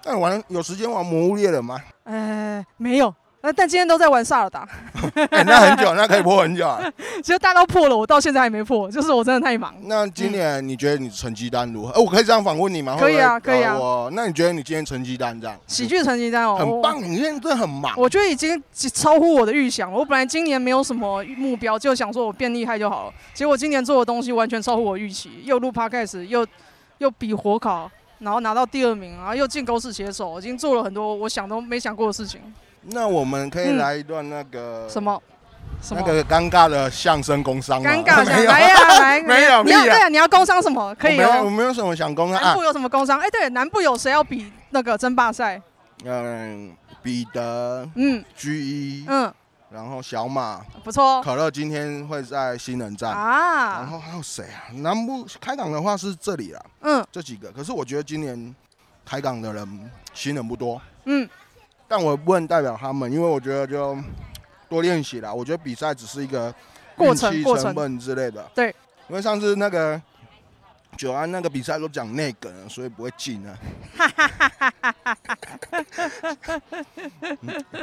Speaker 12: 那你玩有时间玩《魔物猎人》吗？
Speaker 4: 哎，没有。那但今天都在玩萨尔 达，
Speaker 12: 哎，那很久，那可以播很久啊。
Speaker 4: 其实大高破了，我到现在还没破，就是我真的太忙。
Speaker 12: 那今
Speaker 4: 嗯
Speaker 12: 年你觉得你成绩单如何？哎，我可以这样访问你吗？
Speaker 4: 可以啊
Speaker 12: 会不会
Speaker 4: 可以啊
Speaker 12: 搞我那你觉得你今天成绩单这样？
Speaker 4: 喜剧成绩单哦，
Speaker 12: 很
Speaker 4: 我
Speaker 12: 棒，你现在真的很忙。
Speaker 4: 我觉得已经超乎我的预想了。我本来今年没有什么目标，就想说我变厉害就好了。结果今年做的东西完全超乎我预期，又录 podcast，又又比火烤，然后拿到第二名，然啊后又进狗屎写手，已经做了很多我想都没想过的事情。
Speaker 12: 那我们可以
Speaker 4: 嗯
Speaker 12: 来一段那个
Speaker 4: 什么？什
Speaker 12: 那
Speaker 4: 么？
Speaker 12: 个尴尬的相声工商吗？
Speaker 4: 尴尬
Speaker 12: 没
Speaker 4: 想
Speaker 12: 有啊
Speaker 4: 来呀、来，
Speaker 12: 没有
Speaker 4: 你要
Speaker 12: 屁啊
Speaker 4: 对啊，你要工商什么？可以
Speaker 12: 我没有，我
Speaker 4: 哦。
Speaker 12: 没有什么想工商
Speaker 4: 南
Speaker 12: 啊
Speaker 4: 部。有什么工商？哎、对，南部有谁要比那个争霸赛？
Speaker 12: 嗯，彼得，
Speaker 4: 嗯
Speaker 12: ，G 一，
Speaker 4: 嗯，
Speaker 12: 然后小马，
Speaker 4: 不错哦
Speaker 12: 可乐今天会在新人站
Speaker 4: 啊
Speaker 12: 然后还有谁啊？南部开港的话是这里啦，
Speaker 4: 嗯，
Speaker 12: 这几个。可是我觉得今年开港的人新人不多，
Speaker 4: 嗯，
Speaker 12: 但我不能代表他们，因为我觉得就多练习啦。我觉得比赛只是一个
Speaker 4: 过程
Speaker 12: 运气
Speaker 4: 过程
Speaker 12: 成本之类的。
Speaker 4: 对，
Speaker 12: 因为上次那个九安那个比赛都讲内梗了，所以不会进啊。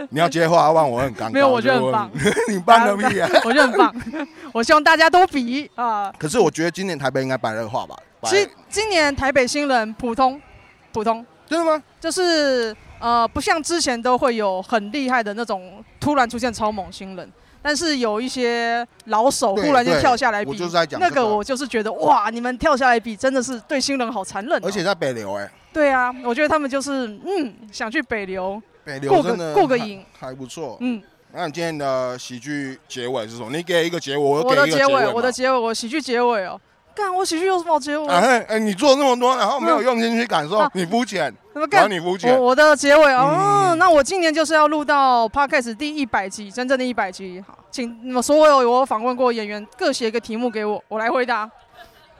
Speaker 12: 你要接话，要不然我会很尴 尬。
Speaker 4: 没有，我觉得很棒
Speaker 12: 我就 问你你棒个屁啊！
Speaker 4: 我觉得很棒，我希望大家都比 啊。
Speaker 12: 可是我觉得今年台北应该白热化吧？白
Speaker 4: 其实今年台北新人普通，普通，
Speaker 12: 真的吗？
Speaker 4: 就是呃，不像之前都会有很厉害的那种突然出现超猛新人，但是有一些老手
Speaker 12: 对
Speaker 4: 忽然间
Speaker 12: 对
Speaker 4: 跳下来比，
Speaker 12: 我就是在讲
Speaker 4: 那
Speaker 12: 这个
Speaker 4: 个，我就是觉得哇，你们跳下来比真的是对新人好残忍哦、
Speaker 12: 而且在北流哎、
Speaker 4: 对啊，我觉得他们就是嗯，想去北流，
Speaker 12: 北流
Speaker 4: 过
Speaker 12: 真的
Speaker 4: 个过个
Speaker 12: 还
Speaker 4: 瘾，
Speaker 12: 还不错。
Speaker 4: 嗯，
Speaker 12: 那你今天的喜剧结尾是什么？你给一个结尾，我
Speaker 4: 我
Speaker 12: 给
Speaker 4: 的
Speaker 12: 一个结尾
Speaker 4: 尾，
Speaker 12: 嘛
Speaker 4: 我的结尾，我喜剧结尾哦，干，我喜剧有什么好结尾？
Speaker 12: 啊嘿，哎、你做那么多，然后没有
Speaker 4: 嗯
Speaker 12: 用心去感受，
Speaker 4: 啊
Speaker 12: 你肤浅，
Speaker 4: 那么
Speaker 12: 然后
Speaker 4: 干
Speaker 12: 你肤
Speaker 4: 我
Speaker 12: 浅。
Speaker 4: 我的结
Speaker 12: 嗯
Speaker 4: 尾哦、那我今年就是要录到 podcast 第一百集，真正的一百集。好，请你们所有我访问过的演员各写一个题目给我，我来回答。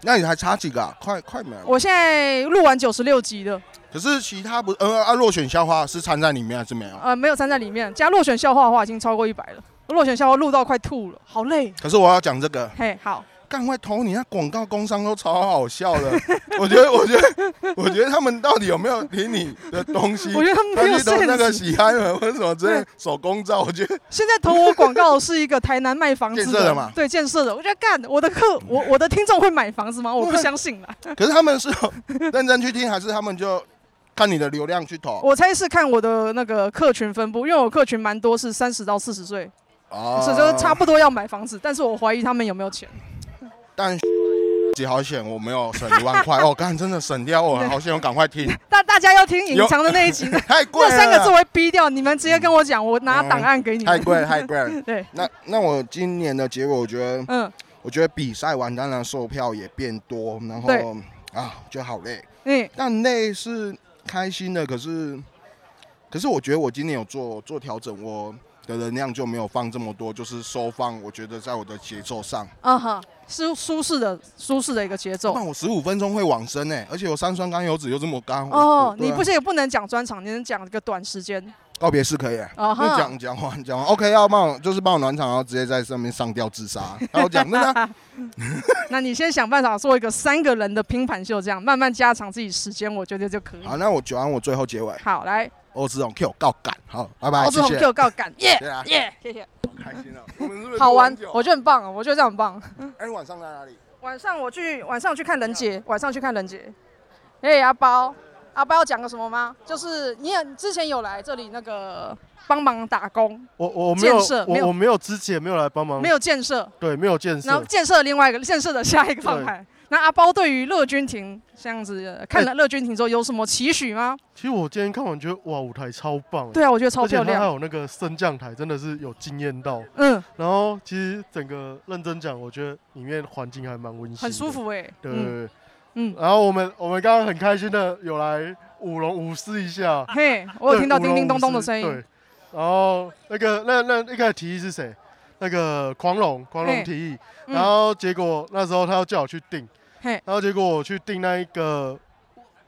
Speaker 12: 那你还差几个、啊？快快没了。
Speaker 4: 我现在录完九十六集的，
Speaker 12: 可是其他不呃啊，落选校花是掺在里面还是没有？
Speaker 4: 呃，没有参在里面。加落选笑话的话，已经超过一百了。落选笑话录到快吐了，好累。
Speaker 12: 可是我要讲这个，
Speaker 4: 嘿，好，
Speaker 12: 干会投你，那广告工商都超好笑的。我觉得，我觉得，我觉得他们到底有没有听你的东西？
Speaker 4: 我觉得他们没有
Speaker 12: 都是那个
Speaker 4: sense
Speaker 12: 喜憨人或者什么之类手工皂，我觉得
Speaker 4: 现在投我广告的是一个台南卖房子
Speaker 12: 建设的嘛
Speaker 4: 对建设的，我觉得干我的客，我我的听众会买房子吗？我不相信啦。
Speaker 12: 可是他们是有认真去听，还是他们就看你的流量去投？
Speaker 4: 我猜是看我的那个客群分布，因为我客群蛮多是三十到四十岁，
Speaker 12: 哦
Speaker 4: 所以就差不多要买房子，但是我怀疑他们有没有钱。
Speaker 12: 但几好险，我没有省一万块哦，刚真的省掉我，好险，我赶 快听。
Speaker 4: 但 大家要听隐藏的那一集，
Speaker 12: 太贵
Speaker 4: 那
Speaker 12: 了
Speaker 4: 三个字我会逼掉，你们直接跟我讲，我拿档案给你们。
Speaker 12: 嗯太贵了，太贵了。
Speaker 4: 对，
Speaker 12: 那那我今年的结果，我觉得，
Speaker 4: 嗯，
Speaker 12: 我觉得比赛完，当然售票也变多，然后
Speaker 4: 对
Speaker 12: 啊，就好累。
Speaker 4: 嗯，
Speaker 12: 但累是开心的，可是，可是我觉得我今年有做做调整，我的能量就没有放这么多，就是收放，我觉得在我的节奏上。
Speaker 4: 啊哈，舒舒适的舒适的一个节奏
Speaker 12: 那。我十五分钟会往生欸呢、而且我三酸甘油脂又这么高。我
Speaker 4: 哦
Speaker 12: 我，对
Speaker 4: 你
Speaker 12: 啊
Speaker 4: 不是也不能讲专场，你能讲一个短时间。
Speaker 12: 告别式可以、
Speaker 4: 哦哈
Speaker 12: 就讲讲完讲完，OK，要帮我就是帮我暖场，然后直接在上面上吊自 杀。然后讲真的，
Speaker 4: 那你先想办法做一个三个人的拼盘秀，这样慢慢加长自己时间，我觉得就可以。
Speaker 12: 好，那我九安我最后结尾，
Speaker 4: 好，来，
Speaker 12: 欧志勇 Q 告感，好，拜拜，
Speaker 4: 欧志
Speaker 12: 谢
Speaker 4: 宏
Speaker 12: 谢。
Speaker 4: Q 告感，耶
Speaker 12: 对啊
Speaker 4: 耶，谢谢，
Speaker 12: 开心了， 我们是不是
Speaker 4: 好玩
Speaker 12: 录很，久
Speaker 4: 我觉得很棒，我觉得这样很棒。
Speaker 12: 哎，晚上在哪里？
Speaker 4: 晚上我去，晚上去看人
Speaker 13: 啊
Speaker 4: 杰，晚上去看人杰。哎、阿包，阿包讲个什么吗？就是你也之前有来这里那个帮忙打工，
Speaker 13: 我我没有
Speaker 4: 建设没有
Speaker 13: 我我没有肢解，没有来帮忙，
Speaker 4: 没有建设，
Speaker 13: 对，没有嗯建
Speaker 4: 然后
Speaker 13: 设。
Speaker 4: 建设另外一个建设的下一个
Speaker 13: 对
Speaker 4: 方案。那阿包对于乐君亭这样子呃看了乐君亭之后有什么期许吗？
Speaker 13: 哎其实我今天看完觉得哇，舞台超棒欸，
Speaker 4: 对啊我觉得超
Speaker 13: 而且
Speaker 4: 漂亮
Speaker 13: 它还有那个升降台，真的是有惊艳到。
Speaker 4: 嗯，
Speaker 13: 然后其实整个认真讲，我觉得里面环境还蛮温馨的，
Speaker 4: 很舒服哎、
Speaker 13: 对对，
Speaker 4: 嗯
Speaker 13: 对嗯，然后我们我们刚刚很开心的有来舞龙舞狮一下，
Speaker 4: 嘿我有
Speaker 13: 对
Speaker 4: 听到叮
Speaker 13: 舞龙
Speaker 4: 叮咚咚
Speaker 13: 舞
Speaker 4: 的
Speaker 13: 狮
Speaker 4: 声音
Speaker 13: 对，然后那个那那那个提议是谁？那个狂龙，狂
Speaker 4: 嘿
Speaker 13: 龙提议，
Speaker 4: 嗯
Speaker 13: 然后结果那时候他要叫我去订，
Speaker 4: 然
Speaker 13: 后结果我去订那一个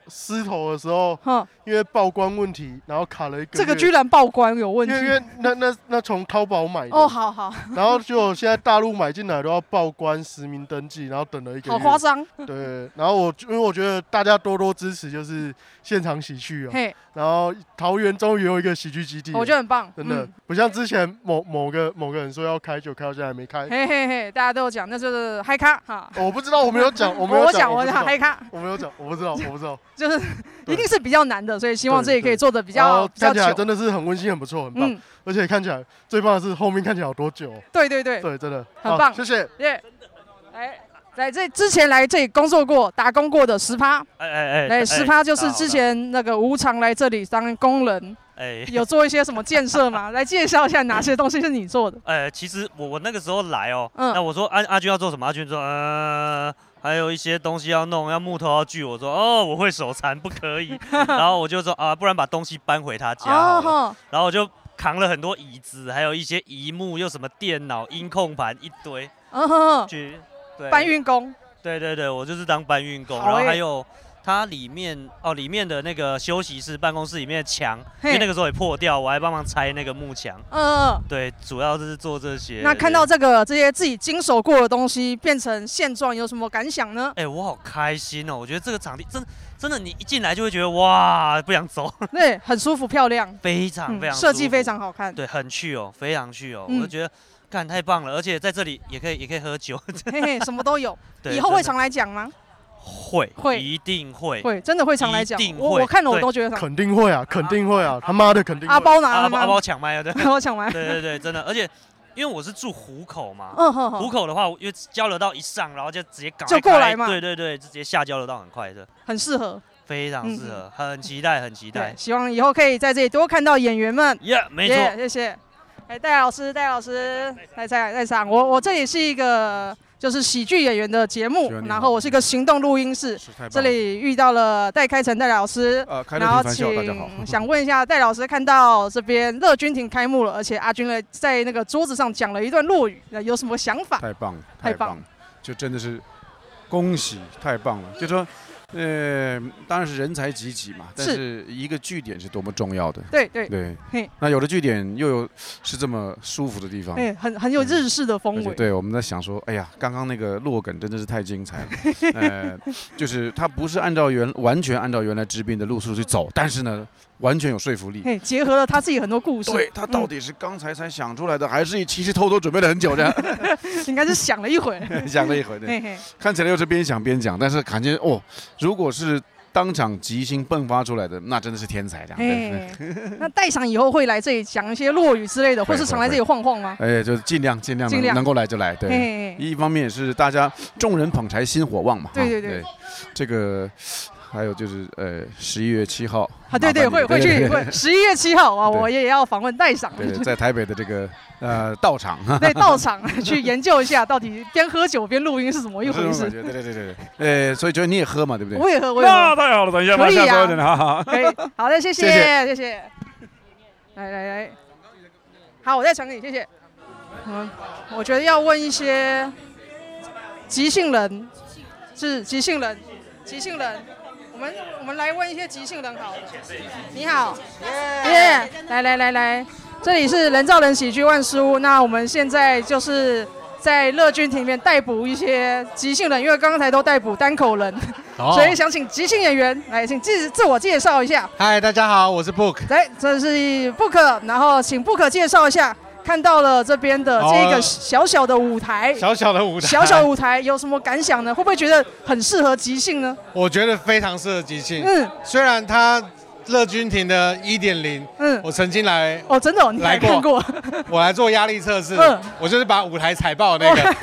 Speaker 13: 狮头的时候，因为报关问题，然后卡了一个
Speaker 4: 这个
Speaker 13: 月
Speaker 4: 居然报关有问题
Speaker 13: 因为因为那那那从淘宝买的
Speaker 4: 哦，好好，
Speaker 13: 然后就现在大陆买进来都要报关、实名登记，然后等了一个
Speaker 4: 好
Speaker 13: 月
Speaker 4: 夸张
Speaker 13: 对，然后我因为我觉得大家多多支持，就是现场喜剧啊
Speaker 4: 嘿。
Speaker 13: 然后桃园终于有一个喜剧基地了，
Speaker 4: 哦我觉得很棒
Speaker 13: 真的、
Speaker 4: 嗯
Speaker 13: 不像之前某某个某个人说要开，就开到现在还没开。哦
Speaker 4: 嘿嘿嘿，大家都有讲，那就是嗨咖哈。
Speaker 13: 我不知道，我没有 讲，我没有
Speaker 4: 我
Speaker 13: 讲，
Speaker 4: 讲我
Speaker 13: 不知
Speaker 4: 讲
Speaker 13: 道
Speaker 4: 嗨咖，
Speaker 13: 我没有讲，我 不知道，我不知道。
Speaker 4: 就是一定是比较难的，所以希望
Speaker 13: 对
Speaker 4: 这也可以
Speaker 13: 对
Speaker 4: 做的比
Speaker 13: 然
Speaker 4: 较
Speaker 13: 后
Speaker 4: 比较
Speaker 13: 看起来
Speaker 4: 久。
Speaker 13: 真的是很温馨，很不错，很棒。
Speaker 4: 嗯
Speaker 13: 而且看起来最棒的是后面看起来有多久哦。
Speaker 4: 对对对，
Speaker 13: 对，真的啊
Speaker 4: 很
Speaker 13: 好
Speaker 4: 棒，
Speaker 13: 谢谢。
Speaker 4: 耶。来，来这之前来这里工作过、打工过的十趴，
Speaker 14: 哎哎哎
Speaker 4: 来十趴就是之。
Speaker 14: 哎
Speaker 4: 前那个无偿来这里当工人，
Speaker 14: 哎，
Speaker 4: 有做一些什么建设吗？ 来介绍一下哪些东西是你做的？
Speaker 14: 呃，其实我我那个时候来哦，
Speaker 4: 嗯
Speaker 14: 那我说阿阿军要做什么？阿军说，呃，还有一些东西要弄，要木头要锯。我说，哦，我会手残，不 可以。然后我就说啊，不然把东西搬回 他家好了。
Speaker 4: 哦
Speaker 14: 然后我就扛了很多椅子，还有一些荧幕，又什么电脑、音控盘一堆。
Speaker 4: 嗯哼
Speaker 14: 去对
Speaker 4: 搬运工，
Speaker 14: 对对对，我就是当搬运工，
Speaker 4: 好
Speaker 14: 然后
Speaker 4: 欸
Speaker 14: 还有它里面哦，里面的那个休息室、办公室里面的墙，因
Speaker 4: 嘿
Speaker 14: 为那个时候也破掉，我还帮忙拆那个幕墙。
Speaker 4: 嗯嗯嗯。
Speaker 14: 对，主要就是做这些。
Speaker 4: 那看到这个这些自己经手过的东西变成现状，有什么感想呢？
Speaker 14: 哎、我好开心哦！我觉得这个场地真真的，你一进来就会觉得哇，不想走，
Speaker 4: 对，很舒服漂亮，
Speaker 14: 非常
Speaker 4: 嗯
Speaker 14: 非常
Speaker 4: 设计
Speaker 14: 舒服
Speaker 4: 非常好看。
Speaker 14: 对，很去哦，非常去哦，
Speaker 4: 嗯
Speaker 14: 我就觉得干太棒了，而且在这里也可以也可以喝酒，
Speaker 4: 嘿嘿，什么都有。
Speaker 14: 对
Speaker 4: 以后会
Speaker 14: 真的
Speaker 4: 常来讲吗？
Speaker 14: 会
Speaker 4: 会
Speaker 14: 一定会
Speaker 4: 会真的会常来讲
Speaker 14: 一定
Speaker 4: 我
Speaker 14: 会
Speaker 4: 我看了我
Speaker 14: 对
Speaker 4: 都觉得
Speaker 13: 肯定会啊，肯定会啊，他妈 的肯定会。
Speaker 4: 阿包拿
Speaker 14: 阿
Speaker 4: 了
Speaker 14: 包
Speaker 4: 吗？
Speaker 14: 啊阿包抢麦了，对，
Speaker 4: 阿包抢麦
Speaker 14: 对对对，真的，而且因为我是住虎口嘛，
Speaker 4: 嗯哼哼
Speaker 14: 虎口的话，我因为交流道一上，然后就直接赶
Speaker 4: 就
Speaker 14: 快
Speaker 4: 过
Speaker 14: 开
Speaker 4: 来嘛
Speaker 14: 对对对，就直接下交流道很快的，
Speaker 4: 很适合。
Speaker 14: 非常
Speaker 4: 嗯
Speaker 14: 适合，很期待，很期待。
Speaker 4: 希望以后可以在这里多看到演员们。
Speaker 14: Yeah，没错
Speaker 4: Yeah，谢谢。哎，戴老师，戴老师，来在在场。我我这里是一个就是喜剧演员的节目
Speaker 15: 喜欢，你
Speaker 4: 然后我是一个行动录音室
Speaker 15: 太棒，了
Speaker 4: 这里遇到了戴开成戴老师。
Speaker 15: 呃开乐
Speaker 4: 然后
Speaker 15: 亭翻校大家好
Speaker 4: 请想问一下戴老师，看到这边乐君亭开幕了，而且阿军呢在那个桌子上讲了一段落语，那有什么想法？
Speaker 15: 太棒了，
Speaker 4: 太
Speaker 15: 太
Speaker 4: 棒嗯
Speaker 15: 棒了，就真的是恭喜，太棒了！就说呃，当然是人才济济嘛，但是
Speaker 4: 是
Speaker 15: 一个据点是多么重要的。
Speaker 4: 对对
Speaker 15: 对
Speaker 4: 嘿，
Speaker 15: 那有的据点又有是这么舒服的地方。
Speaker 4: 哎，很很有日式
Speaker 15: 嗯
Speaker 4: 的
Speaker 15: 而
Speaker 4: 风
Speaker 15: 且
Speaker 4: 味。
Speaker 15: 对，我们在想说，哎呀，刚刚那个落梗真的是太精 彩了。呃，就是它不是按照原完全按照原来治病的路数去走，但是呢，完全有说服力。
Speaker 4: 嘿，结合了他自己很多故事。
Speaker 15: 对他到底是刚才才想出来的，还是其实偷偷准备了很久 的？
Speaker 4: 应该是想了一会儿，
Speaker 15: 想了一会儿，对
Speaker 4: 嘿嘿，
Speaker 15: 看起来又是边想边讲，但是感觉哦，如果是当场即兴迸发出来的，那真的是天才，这样真的是。
Speaker 4: 嘿，那戴上以后会来这里讲一些落语之类的，
Speaker 15: 会
Speaker 4: 或是常来这里
Speaker 15: 会会
Speaker 4: 晃晃吗？
Speaker 15: 哎，就是尽量尽量
Speaker 4: 尽量
Speaker 15: 能能够来就来，
Speaker 4: 嘿
Speaker 15: 对
Speaker 4: 嘿嘿。
Speaker 15: 一方面也是大家众人捧柴心火旺嘛，
Speaker 4: 对
Speaker 15: 啊
Speaker 4: 对对
Speaker 15: 这个还有就是呃，十一月七号
Speaker 4: 啊，对
Speaker 15: 麻
Speaker 4: 对，
Speaker 15: 烦
Speaker 4: 会
Speaker 15: 你
Speaker 4: 会
Speaker 15: 对
Speaker 4: 去
Speaker 15: 对
Speaker 4: 会。十一月七 号啊，我也要访问戴赏，
Speaker 15: 对对，在台北的这个呃道场，
Speaker 4: 对到场 去研究一下，到底边喝酒边录音是怎么一
Speaker 15: 是这
Speaker 4: 回
Speaker 15: 种
Speaker 4: 事
Speaker 15: 感。觉，对对对对对，呃，所以觉得你也喝嘛，对不对？
Speaker 4: 我也喝我也喝
Speaker 15: 那太好了，等一下，
Speaker 4: 可以
Speaker 15: 下次
Speaker 4: 啊
Speaker 15: 喝点，好好。
Speaker 4: 可以，好的，谢谢，
Speaker 15: 谢谢
Speaker 4: 谢谢。来来来，好，我再传给你，谢谢。嗯，我觉得要问一些即兴人，是即兴人，即兴人。我们我们来问一些即兴人好了。你好，耶、来来来来，这里是人造人喜剧万事屋。那我们现在就是在乐君庭里面逮捕一些即兴人，因为刚才都逮捕单口人，
Speaker 16: 哦
Speaker 4: 所以想请即兴演员来，请自自我介绍一下。
Speaker 16: 嗨，大家好，我是 Book。
Speaker 4: 来，这是 Book，然后请 Book 介绍一下，看到了这边的这
Speaker 16: 哦
Speaker 4: 个小小的舞台，
Speaker 16: 小小的舞台
Speaker 4: 哎小小舞台有什么感想呢？会不会觉得很适合即兴呢？
Speaker 16: 我觉得非常适合即兴。
Speaker 4: 嗯
Speaker 16: 嗯，虽然它乐君亭的一点零，
Speaker 4: 嗯，
Speaker 16: 我曾经来
Speaker 4: 哦，真的、哦，你还
Speaker 16: 来
Speaker 4: 看过，
Speaker 16: 我来做压力测试，
Speaker 4: 嗯哦
Speaker 16: 我就是把舞台踩爆那个。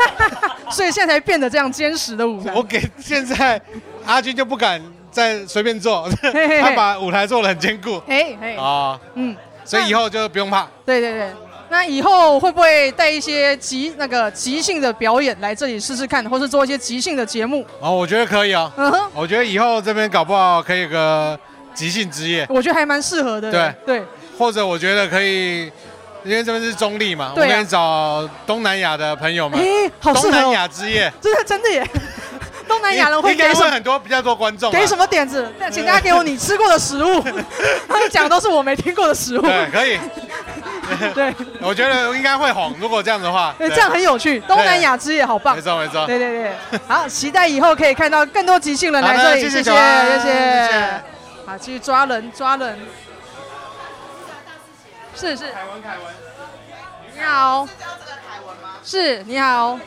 Speaker 4: 所以现在才变得这样坚实的舞台。
Speaker 16: 我给现在 阿军就不敢再随便做，
Speaker 4: 嘿嘿
Speaker 16: 他把舞台做得很坚固。
Speaker 4: 哎哎，
Speaker 16: 啊，
Speaker 4: 嗯，
Speaker 16: 所以以后就不用怕。
Speaker 4: 对对对。那以后会不会带一些即那个即兴的表演来这里试试看，或是做一些即兴的节目？
Speaker 16: 哦，我觉得可以哦。
Speaker 4: 嗯哼
Speaker 16: 我觉得以后这边搞不好可以有个即兴之夜。
Speaker 4: 我觉得还蛮适合的。
Speaker 16: 对
Speaker 4: 对，
Speaker 16: 或者我觉得可以，因为这边是中立嘛，
Speaker 4: 对啊
Speaker 16: 我可以找东南亚的朋友们，
Speaker 4: 哎好适合哦
Speaker 16: 东南亚之夜，
Speaker 4: 真的真的 耶，东南亚人会
Speaker 16: 应该
Speaker 4: 给什
Speaker 16: 会
Speaker 4: 么
Speaker 16: 很多比较多观众吧，啊
Speaker 4: 给什么点子？但请大家给我你吃过的食 物，他们讲的都是我没听过的食物。
Speaker 16: 对，可以，
Speaker 4: 对，
Speaker 16: 我觉得应该会红，如果这样子的话，
Speaker 4: 对，这样很有趣。东南亚之夜好棒
Speaker 16: 没，错没错，
Speaker 4: 对对对，好，期待以后可以看到更多即兴人来
Speaker 16: 好
Speaker 4: 这
Speaker 16: 的
Speaker 4: 里，
Speaker 16: 谢谢
Speaker 4: 谢，
Speaker 16: 小安
Speaker 4: 谢
Speaker 16: 谢谢
Speaker 4: 好，继续抓人，抓人。是是。凯
Speaker 16: 文凯文，
Speaker 4: 你好。是，你好，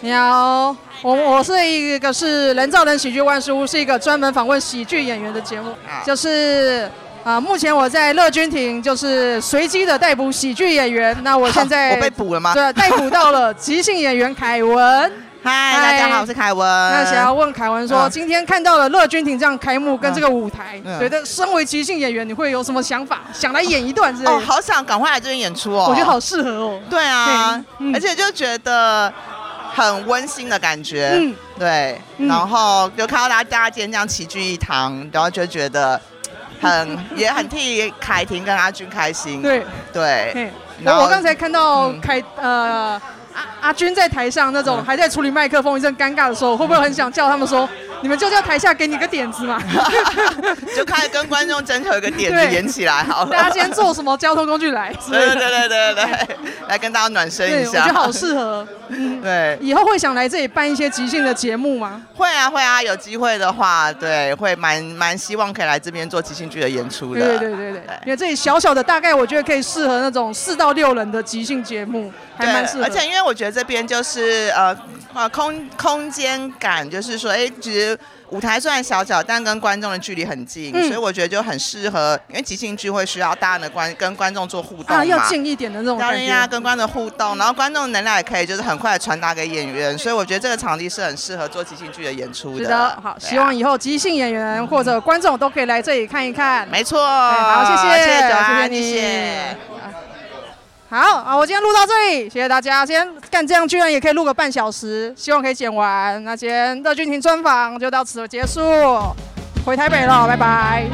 Speaker 4: 你好，我我是一个是人造人喜剧万事屋，是一个专门访问喜剧演员的节目，就是。啊、目前我在乐君亭，就是随机的逮捕喜剧演员。那我现在
Speaker 17: 我被捕了吗
Speaker 4: 对，逮捕到了即兴演员凯文。
Speaker 17: 嗨，大家好，我是凯文。
Speaker 4: 那想要问凯文说，
Speaker 17: 嗯
Speaker 4: 今天看到了乐君亭这样开幕跟这个舞台，
Speaker 17: 嗯
Speaker 4: 觉得身为即兴演员，你会有什么想法？想来演一段之类的？
Speaker 17: 哦，好想赶快来这边演出哦，
Speaker 4: 我觉得好适合哦。
Speaker 17: 对啊
Speaker 4: 对，嗯
Speaker 17: 而且就觉得很温馨的感觉，
Speaker 4: 嗯
Speaker 17: 对，
Speaker 4: 嗯
Speaker 17: 然后就看到大家大家今天这样齐聚一堂，然后就觉得 很也很替凯婷跟阿军开心，
Speaker 4: 对
Speaker 17: 对
Speaker 4: 嘿，我我刚才看到凯、呃阿阿军在台上那种还在处理麦克风一阵尴尬的时候，会不会很想叫他们说，你们就叫台下给你个点子嘛？
Speaker 17: 就开始跟观众征求一个点
Speaker 4: 对
Speaker 17: 子演起来好了，
Speaker 4: 大家先坐什么交通工具来？
Speaker 17: 对对对对对 对，来跟大家暖身一
Speaker 4: 对，我觉
Speaker 17: 下，
Speaker 4: 得好适合。嗯，
Speaker 17: 对。
Speaker 4: 以后会想来这里办一些即兴的节目吗？
Speaker 17: 会啊，会啊，有机会的话，对，会蛮蛮希望可以来这边做即兴剧的演出的。
Speaker 4: 对对对对对，因为这里小小的，大概我觉得可以适合那种四到六人的即兴节目，还蛮适合。
Speaker 17: 而且因为我觉得这边就是呃呃空空间感，就是说，哎，其实舞台虽然小小，但跟观众的距离很近，
Speaker 4: 嗯
Speaker 17: 所以我觉得就很适合，因为即兴剧会需要大量的观跟观众做互动嘛。
Speaker 4: 啊，要近一点的那种
Speaker 17: 让
Speaker 4: 感
Speaker 17: 人家
Speaker 4: 觉。
Speaker 17: 跟观众互动，然后观众能量也可以，就是很快地传达给演员，所以我觉得这个场地是很适合做即兴剧的演出
Speaker 4: 是
Speaker 17: 的。
Speaker 4: 的，好，希望以后即兴演员或者观众都可以来这里看一看。
Speaker 17: 没错，
Speaker 4: 好，谢谢，
Speaker 17: 哎谢谢九安
Speaker 4: 你。
Speaker 17: 谢谢
Speaker 4: 好啊，我今天录到这里，谢谢大家。今天干这样居然也可以录个半小时，希望可以剪完。那今天乐君庭专访就到此结束，回台北了，拜拜。